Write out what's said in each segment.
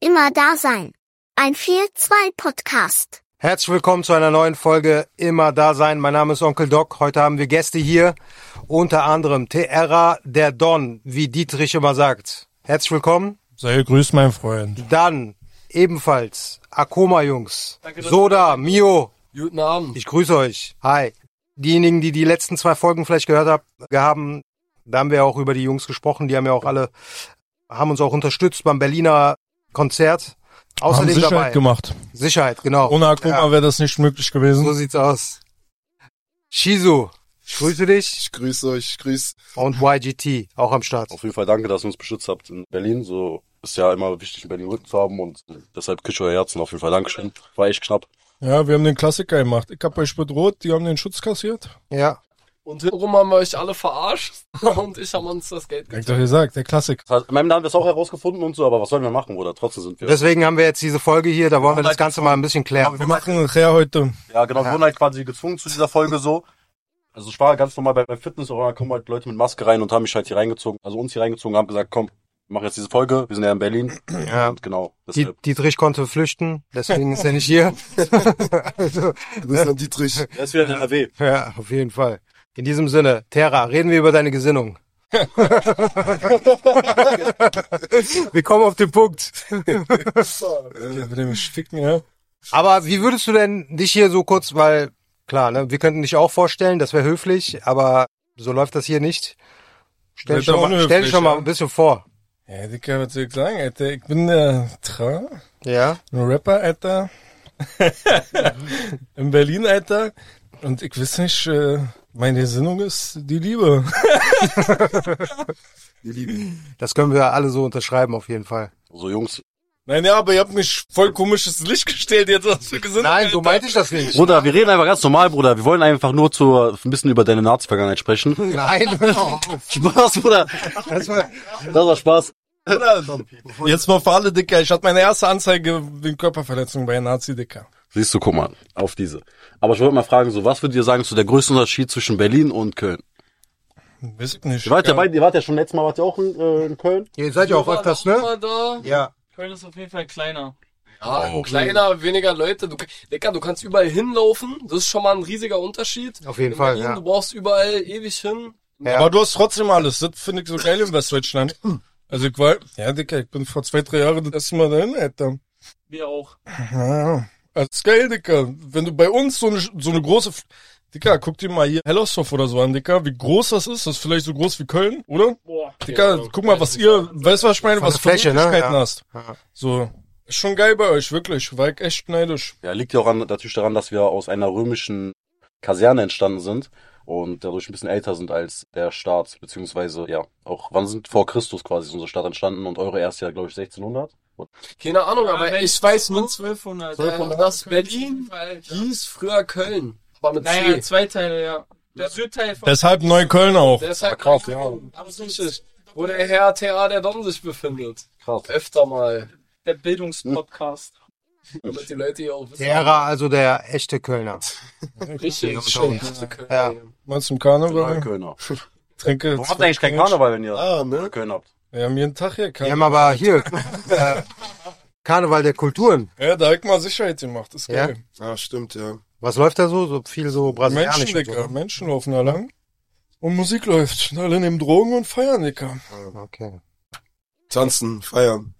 immer da sein. Ein 4-2 Podcast. Herzlich willkommen zu einer neuen Folge Immer da sein. Mein Name ist Onkel Doc. Heute haben wir Gäste hier, unter anderem Terra der Don, wie Dietrich immer sagt. Herzlich willkommen. Sei gegrüßt, mein Freund. Dann ebenfalls Akoma Jungs, Soda, Mio. Guten Abend. Ich grüße euch. Hi. Diejenigen, die die letzten zwei Folgen vielleicht gehört hab, haben, da haben wir auch über die Jungs gesprochen. Die haben ja auch alle, haben uns auch unterstützt beim Berliner Konzert. Haben Außerdem Sicherheit dabei. gemacht. Sicherheit, genau. Ohne Akuma wäre das nicht möglich So gewesen. sieht's aus. Shizu, ich grüße dich. Ich grüße euch, ich grüße. Und YGT, auch am Start. Auf jeden Fall danke, dass ihr uns beschützt habt in Berlin. So ist ja immer wichtig, in Berlin Rücken zu haben und deshalb küsst euer Herzen. Auf jeden Fall Dankeschön. War echt knapp. Ja, wir haben den Klassiker gemacht. Ich hab euch bedroht, die haben den Schutz kassiert. Ja. Und hintenrum haben wir euch alle verarscht und ich haben uns das Geld Hab ich gegeben. doch gesagt, der Klassiker. Das heißt, in meinem Namen das auch herausgefunden und so, aber was sollen wir machen, Bruder? Trotzdem sind wir. Deswegen haben wir jetzt diese Folge hier, da wollen wir das Ganze mal ein bisschen klären. Wir machen nachher heute. ja, genau. Wir wurden halt quasi gezwungen zu dieser Folge so. Also ich war ganz normal bei, bei Fitness, aber da kommen halt Leute mit Maske rein und haben mich halt hier reingezogen, also uns hier reingezogen, haben gesagt, komm, wir machen jetzt diese Folge, wir sind ja in Berlin. Ja. Und genau. Die, Deshalb. Dietrich konnte flüchten, deswegen ist er nicht hier. also, Grüße an Dietrich. Er ist wieder in NRW. ja, auf jeden Fall. In diesem Sinne, Terra, reden wir über deine Gesinnung. wir kommen auf den Punkt. Ja, mit dem Ficken, ja. Aber wie würdest du denn dich hier so kurz, weil klar, ne, wir könnten dich auch vorstellen, das wäre höflich, aber so läuft das hier nicht. Stell Wird dich doch auch mal, stell dich unhöflich, doch mal ja. ein bisschen vor. Ja, Dicker, was soll ich sagen, Alter? Ich bin der Tra, Ja. ein Rapper, Alter. In Berlin, Alter. Und ich weiß nicht, äh, meine Sinnung ist die Liebe. Das können wir alle so unterschreiben auf jeden Fall. So Jungs. Nein, ja, aber ihr habt mich voll komisches Licht gestellt jetzt, was für Gesinnung. Nein, so meinte ich das nicht. Bruder, wir reden einfach ganz normal, Bruder. Wir wollen einfach nur zu, ein bisschen über deine Nazi-Vergangenheit sprechen. Nein. Spaß, Bruder. Das war, Das war Spaß. Jetzt mal für alle, Dicker. Ich hatte meine erste Anzeige wegen Körperverletzung bei einem Nazi, Dicker. Siehst du, guck mal, auf diese. Aber ich wollte mal fragen, so, was würdet ihr sagen zu der größten Unterschied zwischen Berlin und Köln? Weiß ich nicht. Ihr wart ja Dicker. beide, ihr wart ja schon letztes Mal wart ihr auch in, äh, in Köln. ihr seid ja auch öfters, ne? Mal da. Ja. Köln ist auf jeden Fall kleiner. Ja, kleiner, weniger Leute. Du, Dicker, du kannst überall hinlaufen. Das ist schon mal ein riesiger Unterschied. Auf jeden In Fall, Berlin, ja. Du brauchst überall ewig hin. Ja. Aber du hast trotzdem alles. Das finde ich so geil in Westdeutschland. Also ich war, ja, Dicker, ich bin vor zwei, drei Jahren das erste Mal dahin, Alter. Wir auch. Ja. Das ist geil, Dicker. Wenn du bei uns so eine, so eine große, F- Dicker, guck dir mal hier Hellershof oder so an, Dicker. Wie groß das ist. Das ist vielleicht so groß wie Köln, oder? Boah. Dicker, guck mal, was ihr, weißt du, was ich meine? Von Was der für Fläche, ne? Möglichkeiten Ja. hast. Ja. So. Ist schon geil bei euch, wirklich. War ich echt neidisch. Ja, liegt ja auch an, natürlich daran, dass wir aus einer römischen Kaserne entstanden sind und dadurch ein bisschen älter sind als der Staat, beziehungsweise, ja, auch, wann sind vor Christus quasi ist unsere Stadt entstanden und eure erst ja, glaube ich, 1600? Keine Ahnung, aber ich weiß nur, 1200. äh, dass Berlin hieß früher Köln. Aber mit Naja, C. zwei Teile, ja. Der Südteil von Deshalb Neukölln auch. Deshalb krass, ja. Aber es ist richtig, wo der Herr T.A. der Dom sich befindet. Krass. Öfter mal. der Bildungspodcast. Damit die Leute hier auch wissen. Terra, also der echte Kölner. Richtig, Ja, schön. Ja. Mal zum Karneval. Kölner. Trinke. Warum habt ihr eigentlich keinen Karneval, wenn ihr ah, ne? Köln habt? Wir haben jeden Tag hier Wir Karneval. haben aber hier äh, Karneval der Kulturen. Ja, da hab ich mal Sicherheit gemacht. Ist Ja? geil. Ja, stimmt, ja. Was läuft da so? So viel so Menschen, brasilianisch. und Dicker. Menschen laufen da lang. Und Musik läuft. Und alle nehmen Drogen und feiern, Dicker. So. ne? Okay. Tanzen, feiern.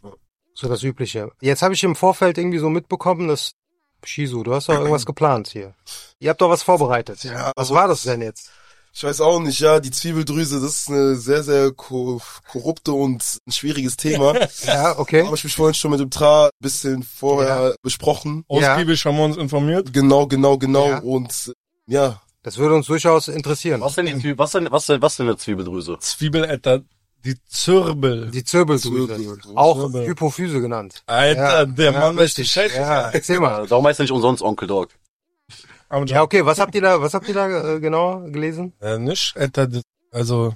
So das Übliche. Jetzt habe ich im Vorfeld irgendwie so mitbekommen, dass Shizu, du hast doch irgendwas geplant hier. Ihr habt doch was vorbereitet. Ja, Was also war das denn jetzt? Also, Ich weiß auch nicht, ja, die Zwiebeldrüse, das ist eine sehr, sehr ko korrupte und ein schwieriges Thema. Ja, okay. Aber ich mich vorhin schon mit dem Tra ein bisschen vorher besprochen. Ja. Ausgiebig haben wir uns informiert. Genau, genau, genau. Ja. Und äh, ja, Das würde uns durchaus interessieren. Was denn die Zwiebel, was denn, was denn, was denn eine Zwiebeldrüse? Zwiebel, Alter. Die Zirbel. Die Zirbeldrüse. Zirbeldrüse. Auch Zirbeldrüse. Hypophyse genannt. Alter, der Mann weiß die Scheiße. Ja, erzähl mal. Äh, Darum heißt er nicht umsonst Onkel Dog. Aber Ja, okay, was habt ihr da, was habt ihr da äh, genau gelesen? Äh, nicht, Alter. das- Also,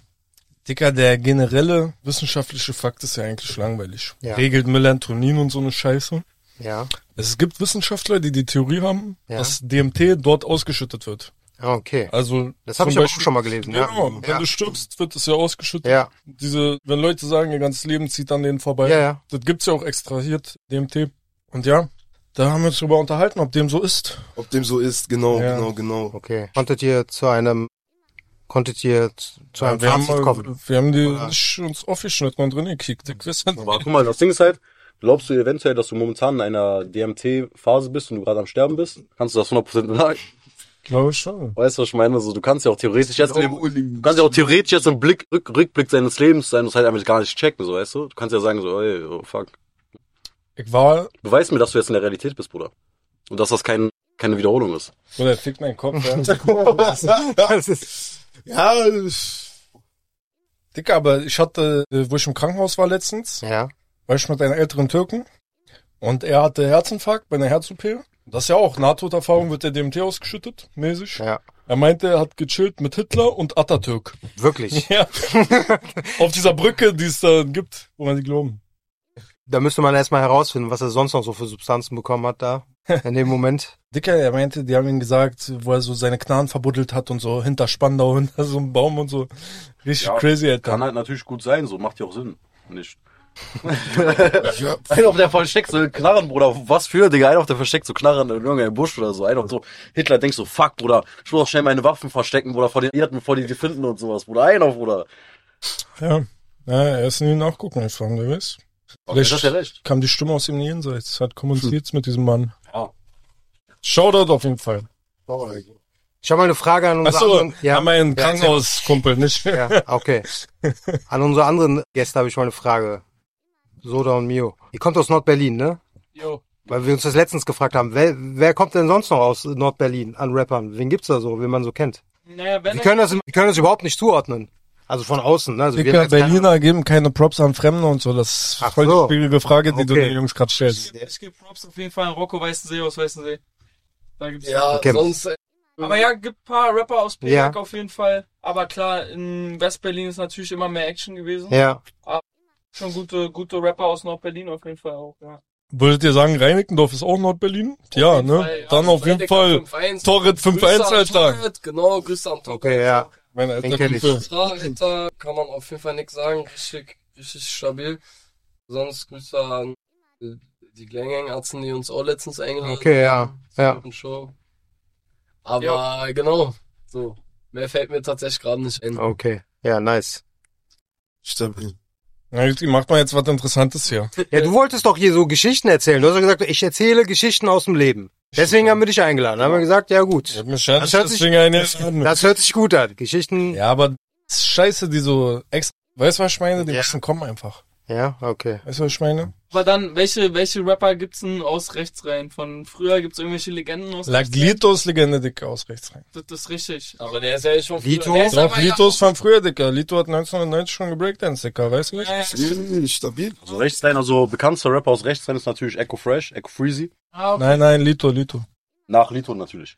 Dicker, der generelle wissenschaftliche Fakt ist ja eigentlich langweilig. Ja. Regelt Melatonin und so eine Scheiße. Ja. Es gibt Wissenschaftler, die die Theorie haben, Ja. dass DMT dort ausgeschüttet wird. Ah, okay. Also Das habe zum ich aber auch Beispiel- schon mal gelesen. Ja, Genau, wenn ja. du stirbst, wird es ja ausgeschüttet. ja. Diese, wenn Leute sagen, ihr ganzes Leben zieht an denen vorbei, ja, ja. das gibt's ja auch extrahiert, DMT. Und ja, da haben wir uns drüber unterhalten, ob dem so ist. Ob dem so ist, genau, Ja. genau, genau. Okay. Konntet ihr zu einem, konntet ihr zu zu einem wir, haben, Fazit kommen? äh, wir haben die Oder? sch- uns aufgeschnitten und drin gekickt. Ich weiß nicht. Aber guck mal, das Ding ist halt, glaubst du eventuell, dass du momentan in einer DMT-Phase bist und du gerade am Sterben bist? Kannst du das 100% besagen? Glaube ich schon. Weißt du, was ich meine? Also, du kannst ja auch theoretisch jetzt in dem, du Uli. kannst ja auch theoretisch jetzt im Blick, Rück, Rückblick seines Lebens sein und es halt einfach gar nicht checken, so, weißt du? Du kannst ja sagen, so, ey, oh, fuck. Ich war, Beweis mir, dass du jetzt in der Realität bist, Bruder. Und dass das kein, keine Wiederholung ist. Bruder, der fickt meinen Kopf, ja. Das ist- Ja, Dicker, aber ich hatte, äh, wo ich im Krankenhaus war letztens, Ja. war ich mit einem älteren Türken und er hatte Herzinfarkt bei einer Herz-OP. Das ist ja auch Nahtoderfahrung, wird der DMT ausgeschüttet, mäßig. Ja. Er meinte, er hat gechillt mit Hitler und Atatürk. Wirklich. Ja. Auf dieser Brücke, die es da gibt, wo man die glauben. Da müsste man erstmal herausfinden, was er sonst noch so für Substanzen bekommen hat da. In dem Moment. Dicker, er meinte, die haben ihm gesagt, wo er so seine Knarren verbuddelt hat und so hinter Spandau, hinter so einem Baum und so. Richtig Ja, crazy, Alter. Kann halt natürlich gut sein, so, macht ja auch Sinn. Nicht. ja, Einer auf der versteckt so Knarren, Bruder. Was für, Digga? Einer auf der versteckt so Knarren in irgendeinem Busch oder so. Einer auf so, Hitler denkt so, fuck, Bruder. Ich muss auch schnell meine Waffen verstecken, Bruder, vor den Irren, vor die die finden und sowas, Bruder. Einer, Bruder. Ja. ja, er ist nie nachgucken, ich frage, du weißt. Vielleicht das ist ja recht. kam die Stimme aus dem Jenseits, hat kommuniziert mit diesem Mann. Ja. Shoutout auf jeden Fall. Ich habe mal eine Frage an unsere Achso, anderen. ja, mein Ja, Krankenhauskumpel, nicht? Ja, okay. An unsere anderen Gäste habe ich mal eine Frage. Soda und Mio. Ihr kommt aus Nordberlin, ne? Jo. Weil wir uns das letztens gefragt haben. Wer, wer kommt denn sonst noch aus Nordberlin an Rappern? Wen gibt's da so, wen man so kennt? Naja, wenn Wir können das, wir können das überhaupt nicht zuordnen. Also von außen, ne? Also wir haben Dicker, jetzt keine- Berliner geben keine Props an Fremden und so. Das ist Ach voll so. die schwierige Frage, die du Okay. den Jungs gerade stellst. Ich gebe Props auf jeden Fall an Rocco Weißensee aus Weißensee. Da gibt's Ja, Okay. sonst, äh, Aber ja, gibt paar Rapper aus Prag Ja. auf jeden Fall. Aber klar, in West-Berlin ist natürlich immer mehr Action gewesen. Ja. Schon gute, gute Rapper aus Nord-Berlin auf jeden Fall auch. Ja. Würdet ihr sagen, Reinickendorf ist auch Nordberlin? Ja, jeden ne? Fall, Also ja. Dann auf jeden Redeker Fall 5-1. Torrit um Grüße 5-1, an Alter. Torrit, Genau, Grüße am Top. Okay, ja. Mein Den alter kenn ich. Kumpel. Alter, kann man auf jeden Fall nix sagen. Richtig, richtig stabil. Sonst Grüße an äh, die Glangang-Ärzten, die uns auch letztens eingeladen Okay, ja. Ja. haben. Show. Aber genau, so. Mehr fällt mir tatsächlich gerade nicht ein. Okay. Ja, nice. stabil. Na, die macht mal jetzt was Interessantes hier. Ja, du wolltest doch hier so Geschichten erzählen. Du hast ja gesagt, ich erzähle Geschichten aus dem Leben. Deswegen haben wir dich eingeladen. Haben wir gesagt, ja Ich gut. hab mir schade, Das hört das sich- Ding ein. Das hört sich gut an. Geschichten. Ja, Ja, aber das ist scheiße, die so extra. Weißt du, was ich meine? Die Ja. müssen kommen einfach. okay. Weißt du, was ich meine? Aber dann, welche, welche Rapper gibt's denn aus Rechtsreihen? Von früher gibt's irgendwelche Legenden aus Laglitos Legende, Dicker, aus rechts rein. Das ist richtig. Aber der ist ja eh schon früher- Vito? Der ist Doch, aber ja Litos von früher, Dicker. Lito hat 1990 schon gebreakdanced, Dicker, weißt du nicht? Ja, ja. Stabil, stabil. Also Rechtsrein, also bekanntester Rapper aus Rechtsrein ist natürlich Echo Fresh, Echo Freezy. Ah, okay. Nein, nein, Lito, Lito. Nach Lito natürlich.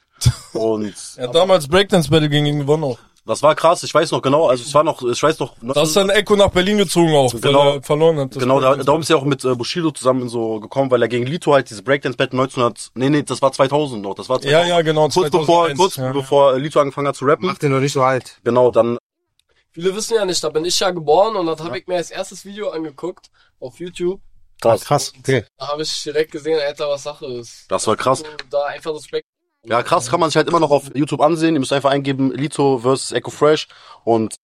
Und Er hat damals Breakdance-Battle gegen ihn gewonnen auch. das war krass, ich weiß noch genau, also es war noch, ich weiß noch, Da ist dann Echo nach Berlin gezogen auch, Genau. weil er verloren hat. Das genau, da, Breakdance- darum ist er auch mit äh, Bushido zusammen so gekommen, weil er gegen Lito halt diese Breakdance-Battle 1900, nee, nee, das war 2000 noch, das war 2000. Ja, ja, genau. Kurz bevor, 2001, kurz ja. bevor äh, Lito angefangen hat zu rappen. Macht den doch nicht so alt. Genau, dann Viele wissen ja nicht, da bin ich ja geboren und das habe ich mir als erstes Video angeguckt auf YouTube. Ah, krass. Krass. Okay. Da habe ich direkt gesehen, Alter, was Sache ist. Das war krass. So, Da einfach das Speck. Ja, krass kann man sich halt immer noch auf YouTube ansehen. Ihr müsst einfach eingeben Lito vs. Echo Fresh und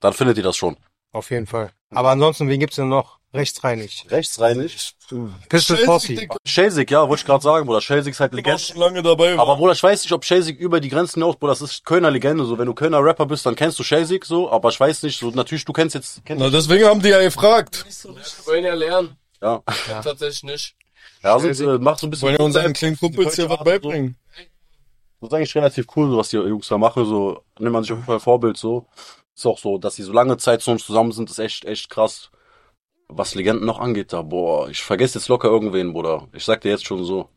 dann findet ihr das schon. Auf jeden Fall. Aber ansonsten, wen gibt's denn noch? Rechtsreinig. Rechtsreinig. Pistol Chelsea, Posse. Dicker, Shazig, ja, wollte ich gerade sagen, Bruder. Shazig ist halt war Legende. schon lange dabei. Aber Bruder, ich weiß nicht, ob Shazig über die Grenzen hinaus, Bruder, das ist Kölner Legende. So, wenn du Kölner Rapper bist, dann kennst du Shazig so, aber ich weiß nicht, so natürlich, du kennst jetzt. Kennst Na, deswegen haben die ja gefragt. Wir wollen ja lernen. ja. Tatsächlich nicht. Ja, sonst äh, macht so ein bisschen. Wollen wir unseren kleinen Kumpels hier was beibringen? Das ist eigentlich relativ cool, so was die Jungs da machen. So nimmt man sich auf jeden Fall Vorbild so. Ist auch so, dass sie so lange Zeit zu uns zusammen sind, ist echt, echt krass. Was Legenden noch angeht, da, boah, ich vergesse jetzt locker irgendwen, Bruder. Ich sag dir jetzt schon so.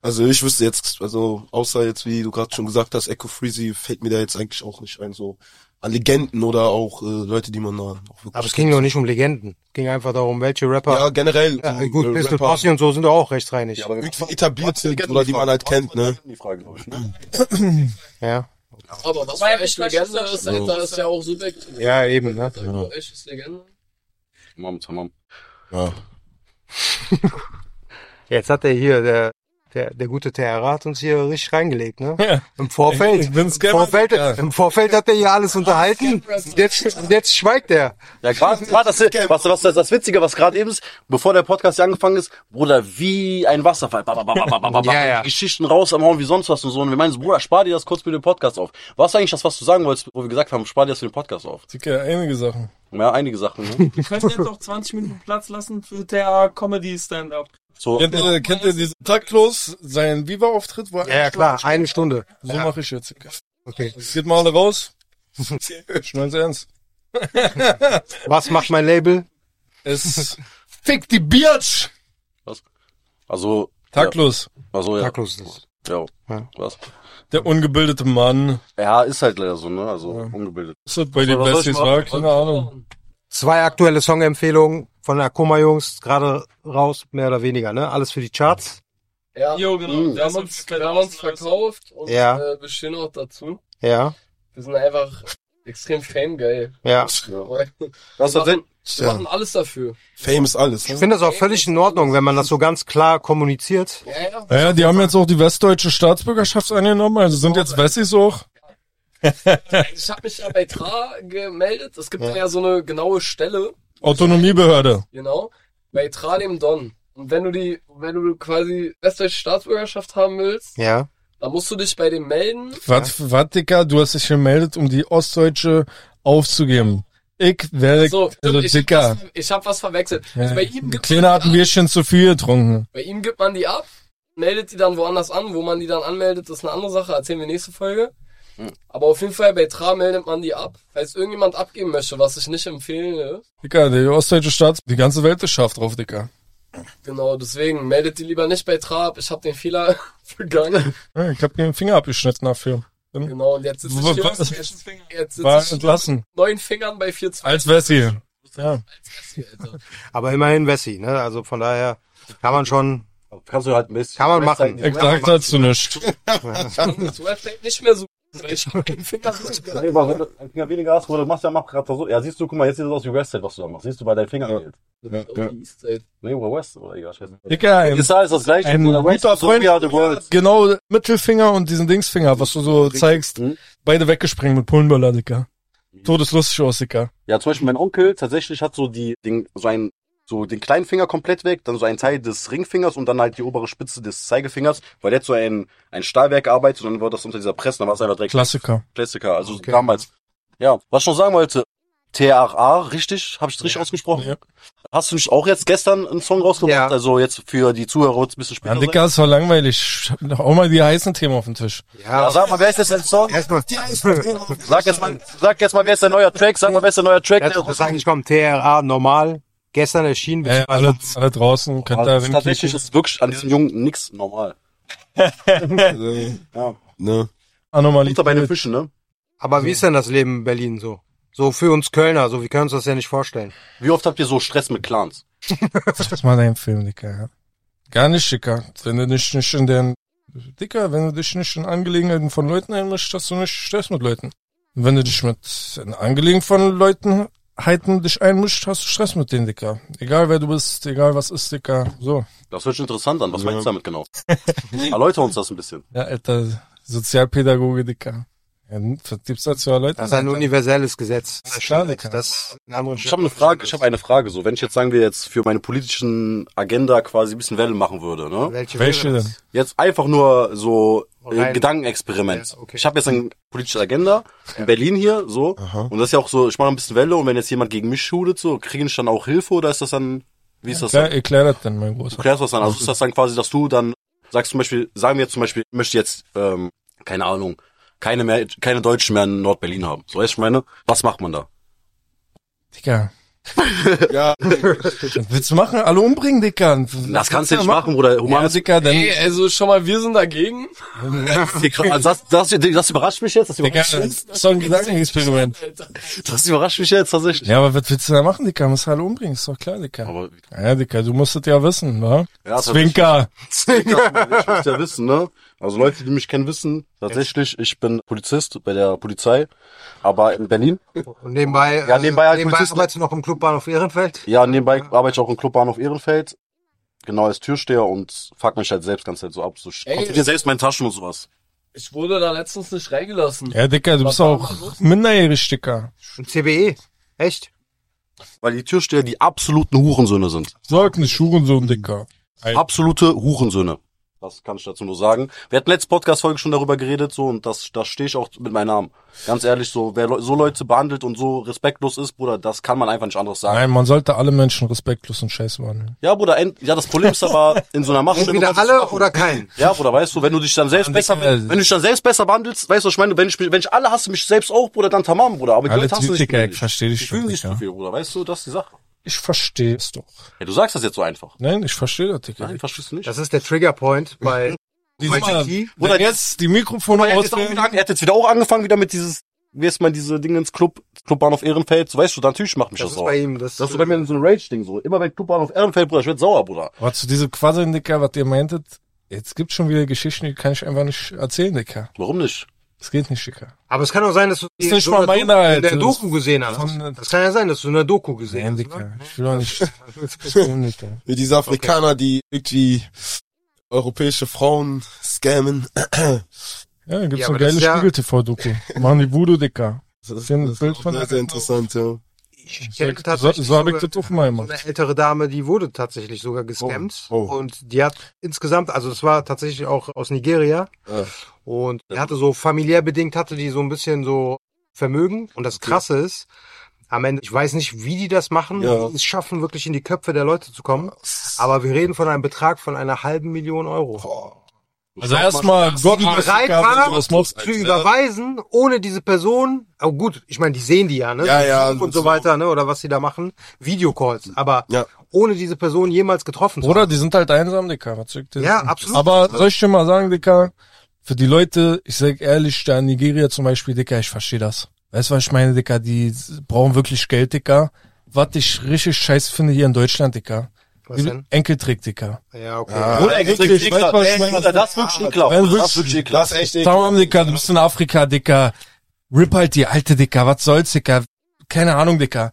Also ich wüsste jetzt, also außer jetzt, wie du gerade schon gesagt hast, Echo Freezy fällt mir da jetzt eigentlich auch nicht ein. So Legenden oder auch äh, Leute, die man da auch wirklich. Aber es ging doch nicht um Legenden. Ging einfach darum, welche Rapper. Ja, generell. Ja, um, gut, äh, Pistol Rapper, Posse und so sind doch auch rechtsreinig. Ja. aber irgendwie etabliert sind oder die man halt kennt, ne? Die Frage, glaub ich, ne? Ja, Aber was für War ja echt nicht Legende falsch, ist, Alter, ist ja auch subjektiv. eben, ne? Ja. Echtes Legende. Tamam, tamam. Ja. Jetzt hat der hier, der, der, der gute Terra hat uns hier richtig reingelegt, ne? Ja. Im Vorfeld. Ich- ich bin Im Scammer, Vorfeld, ja. Im Vorfeld hat er hier alles unterhalten. Und Jetzt, und jetzt schweigt er. Ja, gerade, das, was, was, das, das Witzige, was gerade eben ist, bevor der Podcast hier angefangen ist, Bruder, wie ein Wasserfall. Ba, ba, ba, ba, ba, ba, ba, ba. Ja, ja. Geschichten raus am Hauen wie sonst was und so. Und wir meinen so, Bruder, spar dir das kurz für den Podcast auf. Was ist eigentlich das, was du sagen wolltest, wo wir gesagt haben, spar dir das für den Podcast auf? Dicker, einige Sachen. Ja, einige Sachen. Ne? Wir können jetzt auch 20 Minuten Platz lassen für der Comedy Stand-Up. So, Kennt ihr, kennt ihr diesen taktlos seinen Viva-Auftritt? wo er- Ja, ja, klar, eine Stunde. So mache ich jetzt. Dicker. Okay. Geht mal alle raus. Schnell ernst. Was macht mein Label? Es fick die Biatch. also, Taktlos. ja, also, ja. Taktlos ist es. Ja, Ja. was? Der ungebildete Mann. Ja, ist halt leider so, ne? Also, ungebildet. Ist das bei den was soll ich Besties machen? war? Keine Ahnung. Zwei aktuelle Songempfehlungen von Akoma Jungs, gerade raus, mehr oder weniger, ne? Alles für die Charts. Ja, Jo, genau. Mhm. Mm. wir haben uns, wir haben uns verkauft und Ja. äh, wir stehen auch dazu. Ja, Wir sind einfach extrem famegeil. ja. Wir Was hat denn? machen, wir äh, machen alles dafür. Fame ist alles. Ich Ne? finde das auch völlig in Ordnung, wenn man das so ganz klar kommuniziert. Ja, ja. Naja, die haben jetzt auch die westdeutsche Staatsbürgerschaft angenommen, also sind jetzt Wessis auch. Ich habe mich ja bei Tra gemeldet. Es gibt ja. ja so eine genaue Stelle, Autonomiebehörde. genau, bei Tra dem Don. Und wenn du die, wenn du quasi westdeutsche Staatsbürgerschaft haben willst, Ja. dann musst du dich bei dem melden. Was, was, Dicker, du hast dich gemeldet, um die Ostdeutsche aufzugeben. Ich wäre So, also, ich habe Dicker. was, ich hab was verwechselt. Also bei, ihm Ein gibt Kleiner hat ein Bierchen zu viel getrunken. bei ihm gibt man die ab, meldet die dann woanders an. Wo man die dann anmeldet, ist eine andere Sache. Erzählen wir nächste Folge. Aber auf jeden Fall bei Tra meldet man die ab. Falls irgendjemand abgeben möchte, was ich nicht empfehle, Dicker, die ostdeutsche Staats, die ganze Welt ist scharf drauf, Dicker. Genau, deswegen meldet die lieber nicht bei Trab. Ich habe den Fehler begangen. Ja, Ich hab mir den Finger abgeschnitten dafür. Genau, und jetzt sitze ich hier. Was? Jetzt, jetzt War sitze ich mit entlassen. neun Fingern bei 4 2 Als Wessi. Ja. Alter. Aber immerhin Wessi, ne? Also von daher kann man schon, Kannst du halt ein bisschen. Kann man machen. Exakt hast du nicht. Das Website nicht mehr so gut, weil ich neun Finger so- Nee, aber wenn du einen Finger weniger hast, wo du machst, ja, mach gerade so. Ja, siehst du, guck mal, jetzt sieht das aus wie Westside, was du da machst. Siehst du, bei deinen Fingern fehlt. Oh, die ist, ey. Nee, oder West, oder egal, scheiße. Dicker, ein, Ist alles das gleiche. ein Oder West, guter so we are the Freund. world. Genau, Mittelfinger und diesen Dingsfinger, was du so zeigst. Mhm. Beide weggesprengt mit Pullenböller, Dicker. Todeslustig aus, Dicker. Ja, zum Beispiel mein Onkel tatsächlich hat so die, den, so einen, so den kleinen Finger komplett weg, dann so einen Teil des Ringfingers und dann halt die obere Spitze des Zeigefingers, weil der hat so ein, ein Stahlwerk arbeitet und dann wird das unter dieser Presse, dann war es einfach direkt Klassiker. Klassiker, also damals. Ja, was ich noch sagen wollte, TRA, richtig? Habe ich richtig ausgesprochen? Ja. Hast du nicht auch jetzt gestern einen Song rausgebracht? Ja. Also jetzt für die Zuhörer wird's ein bisschen später Ja, Dicker, es war langweilig. Ich hab noch auch mal die heißen Themen auf den Tisch. sein. Ja, ja, sag mal, wer ist jetzt der Song? erstmal, Sag jetzt mal, sag jetzt mal, wer ist der neue Track? Sag mal, wer ist der neue Track? jetzt, das sage ich komm, TRA normal, gestern erschienen, Äh, alle, alle draußen, könnt da Also, rein. tatsächlich ist wirklich an diesem Jungen nix normal. Äh, Ja. ne? Unter bei den Anomalie. Fischen, ne? aber wie ist denn das Leben in Berlin so? So für uns Kölner, so wir können uns das ja nicht vorstellen. Wie oft habt ihr so Stress mit Clans? Das mal dein Film, Dicker. Ja. Gar nicht, Dicker. Wenn du dich nicht in den, Dicker, wenn du dich nicht in Angelegenheiten von Leuten einmischst, hast du nicht Stress mit Leuten. Und wenn du dich mit in Angelegenheiten von Leutenheiten dich einmischt, hast du Stress mit denen, Dicker. Egal wer du bist, egal was ist, Dicker. So. Das hört sich interessant an. Was meinst du damit genau? Erläuter uns das ein bisschen. Ja, alter Sozialpädagoge, Dicker. Ja, was gibt's da zu erläutern? Das ist ein universelles Gesetz. Das ist klar, Dicker. Das in anderen Ich habe eine Frage, ich habe eine Frage. So, wenn ich jetzt sagen wir jetzt für meine politischen Agenda quasi ein bisschen Welle machen würde, ne? Welche, Welche wäre das? denn? Jetzt einfach nur so äh, Rein. Gedankenexperiment. Ja, okay. Ich habe jetzt eine politische Agenda in Berlin hier so und das ist ja auch so, ich mache ein bisschen Welle und wenn jetzt jemand gegen mich schudet, so kriege ich dann auch Hilfe oder ist das dann wie ist das Ja, dann? erklär das dann, mein Du Großer. klärst das dann, also ist das dann quasi, dass du dann sagst zum Beispiel, sagen wir jetzt zum Beispiel, ich möchte jetzt ähm, keine Ahnung, keine mehr keine Deutschen mehr in Nordberlin haben. So, weißt du, was ich meine, was macht man da? Dicker, Ja, Willst du machen? Alle umbringen, Dicker. Das kannst du nicht machen, Bruder. Ja, Humane Dicker, dann, Ey, also schon mal, wir sind dagegen. das, Also, das, das, das überrascht mich jetzt. Das Dicker, überrascht, das ist doch ein Gedankenexperiment. Alter. das überrascht mich jetzt tatsächlich. Ja, aber was willst du da machen, Dicker? Musst du alle umbringen, ist doch klar, Dicker. Aber Ja, Dicker, du musst es ja wissen, wa? Ja, Zwinker. ich muss ja wissen, ne? Also Leute, die mich kennen, wissen tatsächlich, ich bin Polizist bei der Polizei, aber in Berlin. Und nebenbei, Ja, äh, nebenbei halt nebenbei Polizisten- arbeitest du noch im Clubbahnhof Ehrenfeld. Ja, nebenbei arbeite ich auch im Clubbahnhof Ehrenfeld. Genau, als Türsteher und fuck mich halt selbst ganz halt so ab. So, ich Ey. kontrolliere selbst meine Taschen und sowas. Ich wurde da letztens nicht reingelassen. Ja, Dicker, du bist auch minderjährig, Dicker. Und CBE. Echt? Weil die Türsteher die absoluten Hurensöhne sind. Sag nicht Schurensohn, Dicker. Absolute Hurensöhne. Das kann ich dazu nur sagen. Wir hatten letzte Podcast-Folge schon darüber geredet, so, und das, das stehe ich auch mit meinem Namen. Ganz ehrlich, so, wer Leu- so Leute behandelt und so respektlos ist, Bruder, das kann man einfach nicht anderes sagen. Nein, man sollte alle Menschen respektlos und scheiße behandeln. Ja, Bruder, end, ja, das Problem ist aber, in so einer Macht. Entweder alle oder keinen. Ja, Bruder, weißt du, wenn du dich dann selbst besser, wenn du dich dann selbst besser behandelst, weißt du, was ich meine, wenn ich, mich- wenn ich alle hasse, mich selbst auch, Bruder, dann tamam, Bruder, aber die Alle Leute hassen sich Dicker, ich nicht. verstehe Die dich fühlen doch, sich zu Dicker. viel, Bruder, weißt du, das ist die Sache. Ich verstehe es doch. Ja, du sagst das jetzt so einfach. Nein, ich verstehe das, Dicker. Nein, verstehst du nicht? Das ist der Triggerpoint bei Die Bei Nummer- GT? Wenn Oder- jetzt die Mikrofone er, hat jetzt auch auswählen. wieder, an- er hat jetzt wieder auch angefangen, wieder mit dieses, wie ist man diese Dinge ins Club, Clubbahnhof Ehrenfeld, so weißt du, natürlich macht mich das das, ist sauer. bei ihm. Das, Das ist so bei mir so ein Rage-Ding, so. Immer wenn Clubbahnhof Ehrenfeld, Bruder, ich werd sauer, Bruder. Aber zu diesem Quasseln, Dicker, was ihr meintet, jetzt gibt's schon wieder Geschichten, die kann ich einfach nicht erzählen, Dicker. Warum nicht? Das geht nicht, Dicker. aber es kann auch sein, dass du die nicht so mal eine Doku, meine, in Alter. der Doku gesehen Von- hast. Das kann ja sein, dass du in der Doku gesehen Nein, hast. ne? Dicker. Ich will doch nicht. Dicker. wie diese Afrikaner, die irgendwie europäische Frauen scammen. Ja, da gibt's Ja, so aber das geile ist ja- Spiegel-TV-Doku. Machen die Voodoo, Dicker. Das ist, Ja, ein das Bild ist von- auch sehr, sehr interessant, ja. Ich So, kenne so, tatsächlich so hab ich sogar- das auch mal So gemacht. eine ältere Dame, die wurde tatsächlich sogar gescammt. Oh, oh. Und die hat insgesamt, also es war tatsächlich auch aus Nigeria. Äh. Ja. Und die hatte so familiär bedingt, hatte die so ein bisschen so Vermögen. Und das Krasse ist, am Ende, ich weiß nicht, wie die das machen, Ja. wie die es schaffen, wirklich in die Köpfe der Leute zu kommen. Aber wir reden von einem Betrag von einer halben Million Euro. Also erstmal Gott Die bereit war, zu überweisen, ohne diese Person, oh gut, ich meine, die sehen die ja, ne? Ja, ja, Und so weiter, ne? Oder was sie da machen. Videocalls. Aber Ja. ohne diese Person jemals getroffen zu Bruder, die sind halt einsam, Dicker. Was soll ich dir Ja, sagen? absolut. Aber soll ich dir mal sagen, Dicker, für die Leute, ich sag ehrlich, da in Nigeria zum Beispiel, Dicker, ich verstehe das. Weißt du, was ich meine, Dicker? Die brauchen wirklich Geld, Dicker. Was ich richtig scheiße finde hier in Deutschland, Dicker. Was denn? Enkeltrick, Dicker. Ja, okay. Bruder, wirklich, weißt du, was ich meine? Bruder, das ist wirklich ekelhaft. Wenn Das ist wirklich- wirklich Das ekelhaft. ist echt Tamam, Dicker, du bist in Afrika, Dicker. Rip halt die alte, Dicker. Was soll's, Dicker? Keine Ahnung, Dicker.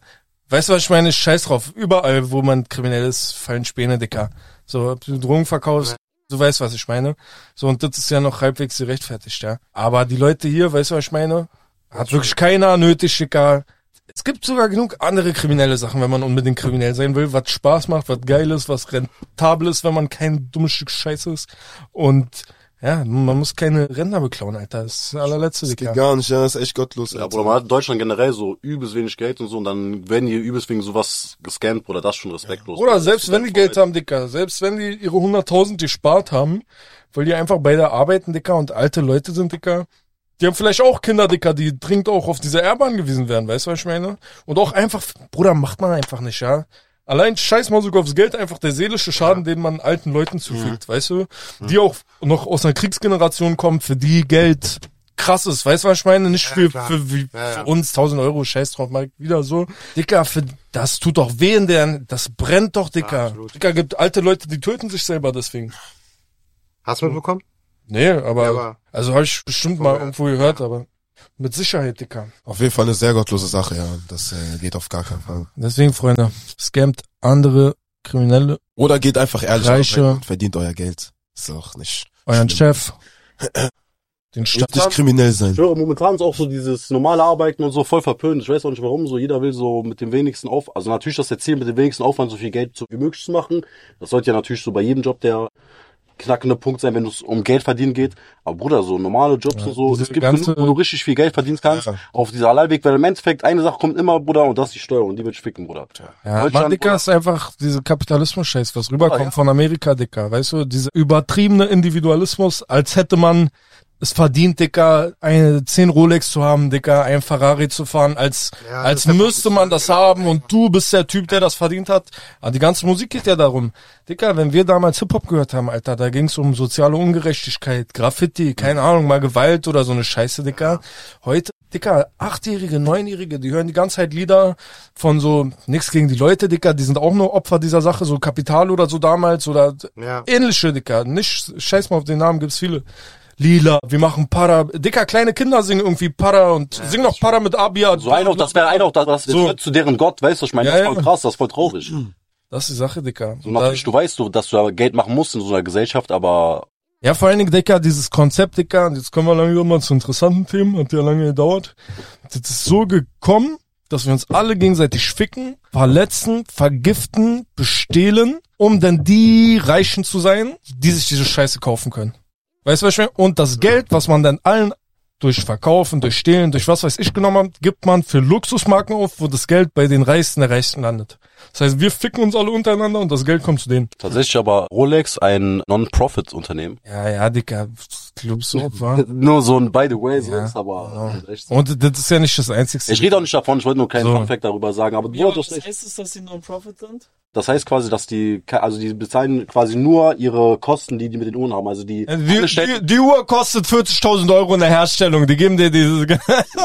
Weißt du, was ich meine? Scheiß drauf. Überall, wo man kriminell ist, fallen Späne, Dicker. So, ob du Drogen verkaufst, du weißt, was ich meine. So, und das ist ja noch halbwegs gerechtfertigt, ja. Aber die Leute hier, weißt du, was ich meine? Hat wirklich keiner nötig, Dicker. Es gibt sogar genug andere kriminelle Sachen, wenn man unbedingt kriminell sein will, was Spaß macht, was geil ist, was rentabel ist, wenn man kein dummes Stück Scheiße ist. Und ja, man muss keine Ränder beklauen, Alter. Das ist der allerletzte Geht Dicker. gar nicht, ja, das ist echt gottlos. Ja, Alter. Bruder, man hat in Deutschland generell so übelst wenig Geld und so und dann werden hier übelst wegen sowas gescampt, Bruder, das ist schon respektlos. Oder selbst wenn die Geld haben, Dicker, selbst wenn die ihre 100.000 gespart haben, weil die einfach beide arbeiten, Dicker, und alte Leute sind, Dicker, die haben vielleicht auch Kinder, Dicker, die dringend auch auf diese Erbe angewiesen werden, weißt du, was ich meine? Und auch einfach, Bruder, macht man einfach nicht, ja? Allein scheiß mal sogar aufs Geld, einfach der seelische Schaden, den man alten Leuten zufügt, weißt du? Die auch noch aus einer Kriegsgeneration kommen, für die Geld krass ist, weißt du, was ich meine? Nicht für, klar. für, wie- für uns 1000 Euro, scheiß drauf, mal wieder so. Dicker, für, das tut doch weh in deren, das brennt doch, Dicker. Dicker gibt alte Leute, die töten sich selber deswegen. Hast du mitbekommen? Nee, aber, Ja, aber- also habe ich bestimmt mal irgendwo gehört, aber mit Sicherheit, Dicker. Auf jeden Fall eine sehr gottlose Sache, ja. Das äh, geht auf gar keinen Fall. Deswegen, Freunde, scammt andere Kriminelle, Oder geht einfach ehrlich Reiche. arbeiten und verdient euer Geld. Ist auch nicht. euren schlimm. Chef, den Statt Staat. nicht kriminell sein. Ich höre momentan ist auch so dieses normale Arbeiten und so voll verpönt. Ich weiß auch nicht warum. So jeder will so mit dem wenigsten Auf, also natürlich das ist der Ziel mit dem wenigsten Aufwand so viel Geld so wie möglich zu machen. Das sollte ja natürlich so bei jedem Job der knackende Punkt sein, wenn es um Geld verdienen geht. Aber Bruder, so normale Jobs und so, diese es gibt ganze- genug, wo du richtig viel Geld verdienen kannst. Ja. Auf dieser Alleinweg, weil im Endeffekt eine Sache kommt immer, Bruder, und das ist die Steuer und die wird ficken, Bruder. Ja, Mann, Deutschland, Dicker ist einfach diese Kapitalismus-Scheiß, Oh, was rüberkommt Ah, ja. von Amerika, Dicker. Weißt du, dieser übertriebene Individualismus, als hätte man es verdient, Dicker, eine 10 Rolex zu haben, Dicker, ein Ferrari zu fahren, als, Ja, das als ist genau. der müsste man das haben und du bist der Typ, der das verdient hat. Aber die ganze Musik geht ja darum. Dicker, wenn wir damals Hip-Hop gehört haben, Alter, da ging's um soziale Ungerechtigkeit, Graffiti, keine Ahnung, mal Gewalt oder so eine Scheiße, Dicker. Heute, Dicker, Achtjährige, Neunjährige, die hören die ganze Zeit Lieder von so, nix gegen die Leute, Dicker, die sind auch nur Opfer dieser Sache, so Kapital oder so damals oder Ja. ähnliche, Dicker. Nicht, scheiß mal auf den Namen, gibt's viele. Lila, wir machen Para. Dicker, kleine Kinder singen irgendwie Para und singen auch Para mit Abia. So einer, das wäre einer, das, das So. wird zu deren Gott, weißt du, ich meine, Ja, das ist voll ja. krass, das ist voll traurig. So Das ist die Sache, Dicker. Und da, natürlich, du weißt, du, dass du aber Geld machen musst in so einer Gesellschaft, aber ja, vor allen Dingen, Dicker, dieses Konzept, Dicker, und jetzt kommen wir langsam mal zu interessanten Themen, hat ja lange gedauert. Das ist so gekommen, dass wir uns alle gegenseitig ficken, verletzen, vergiften, bestehlen, um dann die Reichen zu sein, die sich diese Scheiße kaufen können. Weißt du, was ich meine? Und das Geld, was man dann allen durch Verkaufen, durch Stehlen, durch was weiß ich genommen hat, gibt man für Luxusmarken auf, wo das Geld bei den Reichsten der Reichsten landet. Das heißt, wir ficken uns alle untereinander und das Geld kommt zu denen. tatsächlich aber Rolex ein Non-Profit-Unternehmen. Ja, ja, Dicker, glaubst du, wa? Nur so ein By the way, so Ja. ist aber. halt Echt so. Und das ist ja nicht das Einzige. Ich rede auch nicht davon, ich wollte nur keinen So. Funfact darüber sagen, aber Wie du aber hattest das recht. heißt es, dass sie Non-Profit sind? Das heißt quasi, dass die, ke- also die bezahlen quasi nur ihre Kosten, die die mit den Uhren haben. Also die, Äh, die, Angestellten- die, die Uhr kostet 40.000 Euro in der Herstellung. Die geben dir diese...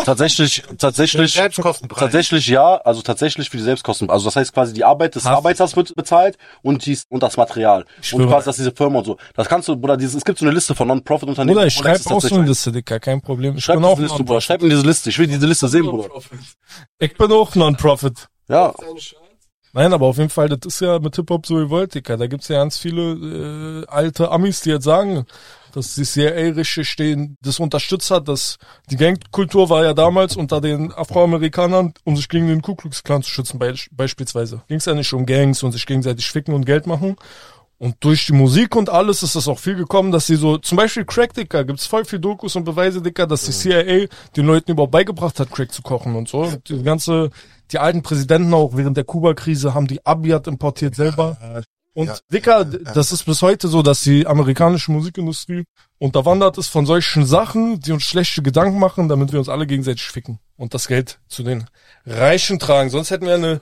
tatsächlich, tatsächlich, Selbstkostenpreis. tatsächlich ja, also tatsächlich für die Selbstkosten. Also das heißt quasi die Arbeit des Haft. Arbeiters wird bezahlt und dies und das Material und schwöre. quasi dass diese Firma und so. Das kannst du, Bruder, dieses, es gibt so eine Liste von Non-Profit-Unternehmen. Bruder, ich Rolex ist schreibe auch so tatsächlich eine eins. Liste, Dicker. Kein Problem. Ich Schreib bin auch diese Liste, Bruder. Non-Profit. Schreib mir diese Liste. Ich will diese Liste sehen, Bruder. Non-Profit. Ich bin auch Non-Profit. Ja. Seine Scheiße. Nein, aber auf jeden Fall, das ist ja mit Hip-Hop so gewollt, Dicker. Da gibt's ja ganz viele äh, alte Amis, die jetzt sagen, dass die CIA-Rische stehen, das unterstützt hat, dass die Gangkultur war ja damals unter den Afroamerikanern, um sich gegen den Ku Klux Klan zu schützen, beisch- beispielsweise. Ging's ja nicht um Gangs und sich gegenseitig ficken und Geld machen. Und durch die Musik und alles ist das auch viel gekommen, dass sie so, zum Beispiel Crack, Dicker, gibt's voll viel Dokus und Beweise, Dicker, dass Mhm. die CIA den Leuten überhaupt beigebracht hat, Crack zu kochen und so. Und die ganze, die alten Präsidenten auch während der Kuba-Krise haben die Abiat importiert selber. Und Ja. Dicker, d- das ist bis heute so, dass die amerikanische Musikindustrie unterwandert ist von solchen Sachen, die uns schlechte Gedanken machen, damit wir uns alle gegenseitig ficken und das Geld zu den Reichen tragen. Sonst hätten wir eine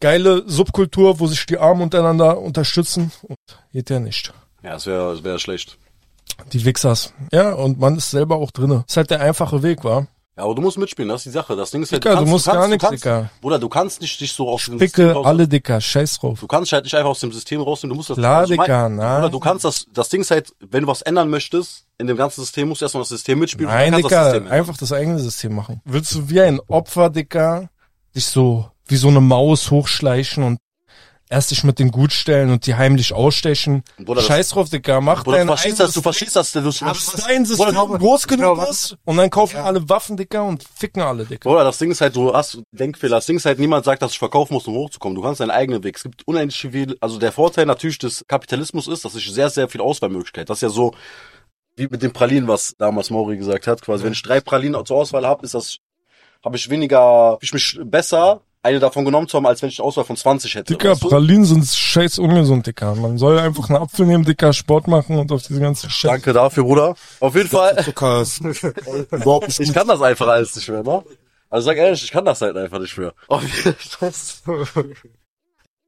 geile Subkultur, wo sich die Armen untereinander unterstützen. Und geht ja nicht. Ja, es wäre, es wäre schlecht. Die Wichsers. Ja, und man ist selber auch drinne. Ist halt der einfache Weg, wa? Ja, aber du musst mitspielen, das ist die Sache. Das Ding ist halt, ja, Dicker, du musst gar nichts, Dicker. Bruder, du kannst nicht dich so aus dem System Dicke, raus- alle Dicker, scheiß drauf. Du kannst dich halt nicht einfach aus dem System rausnehmen, du musst das... Klar, also ich mein- Dicker, nein. Bruder, du kannst das... Das Ding ist halt, wenn du was ändern möchtest, in dem ganzen System musst du erstmal das System mitspielen. Nein, du Dicker, das System ändern. einfach das eigene System machen. Willst du wie ein Opfer, Dicker, dich so wie so eine Maus hochschleichen und erst dich mit den gut stellen und die heimlich ausstechen? Bruder, das- Scheiß drauf, Dicker, mach Bruder, du dein verstehst das, du verstehst das, du System, dass dein System Bruder, groß genug glaube, ist und dann kaufen alle Waffen, Dicker, und ficken alle, Dicker. Bruder, das Ding ist halt, du hast Denkfehler. Das Ding ist halt, niemand sagt, dass ich verkaufen muss, um hochzukommen. Du kannst deinen eigenen Weg. Es gibt unendlich viel. Also der Vorteil natürlich des Kapitalismus ist, dass ich sehr, sehr viel Auswahlmöglichkeit. Das ist ja so wie mit den Pralinen, was damals Mauri gesagt hat. Quasi, wenn ich drei Pralinen zur Auswahl habe, ist das, habe ich weniger, ich mich besser, eine davon genommen zu haben, als wenn ich eine Auswahl von 20 hätte. Dicker, Weißt du? Pralinen sind scheiß ungesund, Dicker. Man soll einfach einen Apfel nehmen, Dicker, Sport machen und auf diese ganze Scheiße. Danke dafür, Bruder. Auf jeden Fall, Zucker ist überhaupt nicht ich kann das einfach alles nicht mehr, ne? Also sag ehrlich, ich kann das halt einfach nicht mehr. Auf jeden Fall.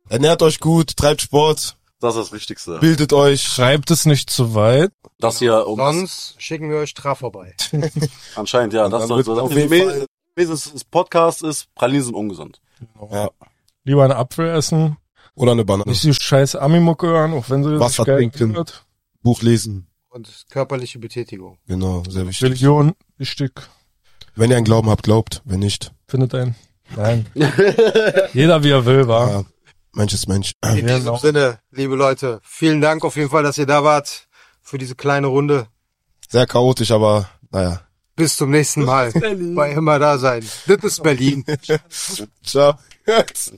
Ernährt euch gut, treibt Sport, Das ist das Wichtigste. bildet euch. Schreibt es nicht zu weit. Das hier, um Sonst schicken wir euch Straf vorbei. Anscheinend, ja. Das dann soll wird so. auf Das jeden Wesen Fall- Wesen des Podcasts ist, Pralinen sind ungesund. Ja. Lieber einen Apfel essen, Oder eine Banane. nicht die scheiß Ami-Mucke hören, auch wenn sie Wasser sich geil trinken. anhört. Buch lesen. Und körperliche Betätigung. Genau, sehr wichtig. Religion, wichtig, Wenn ihr einen Glauben habt, glaubt. Wenn nicht, findet ein. Nein. Jeder wie er will, war. ja, Mensch ist Mensch. In Ja, diesem genau. Sinne, liebe Leute, vielen Dank auf jeden Fall, dass ihr da wart für diese kleine Runde. Sehr chaotisch, aber naja. Bis zum nächsten Mal. Bei immer da sein. Das ist Berlin. Ciao.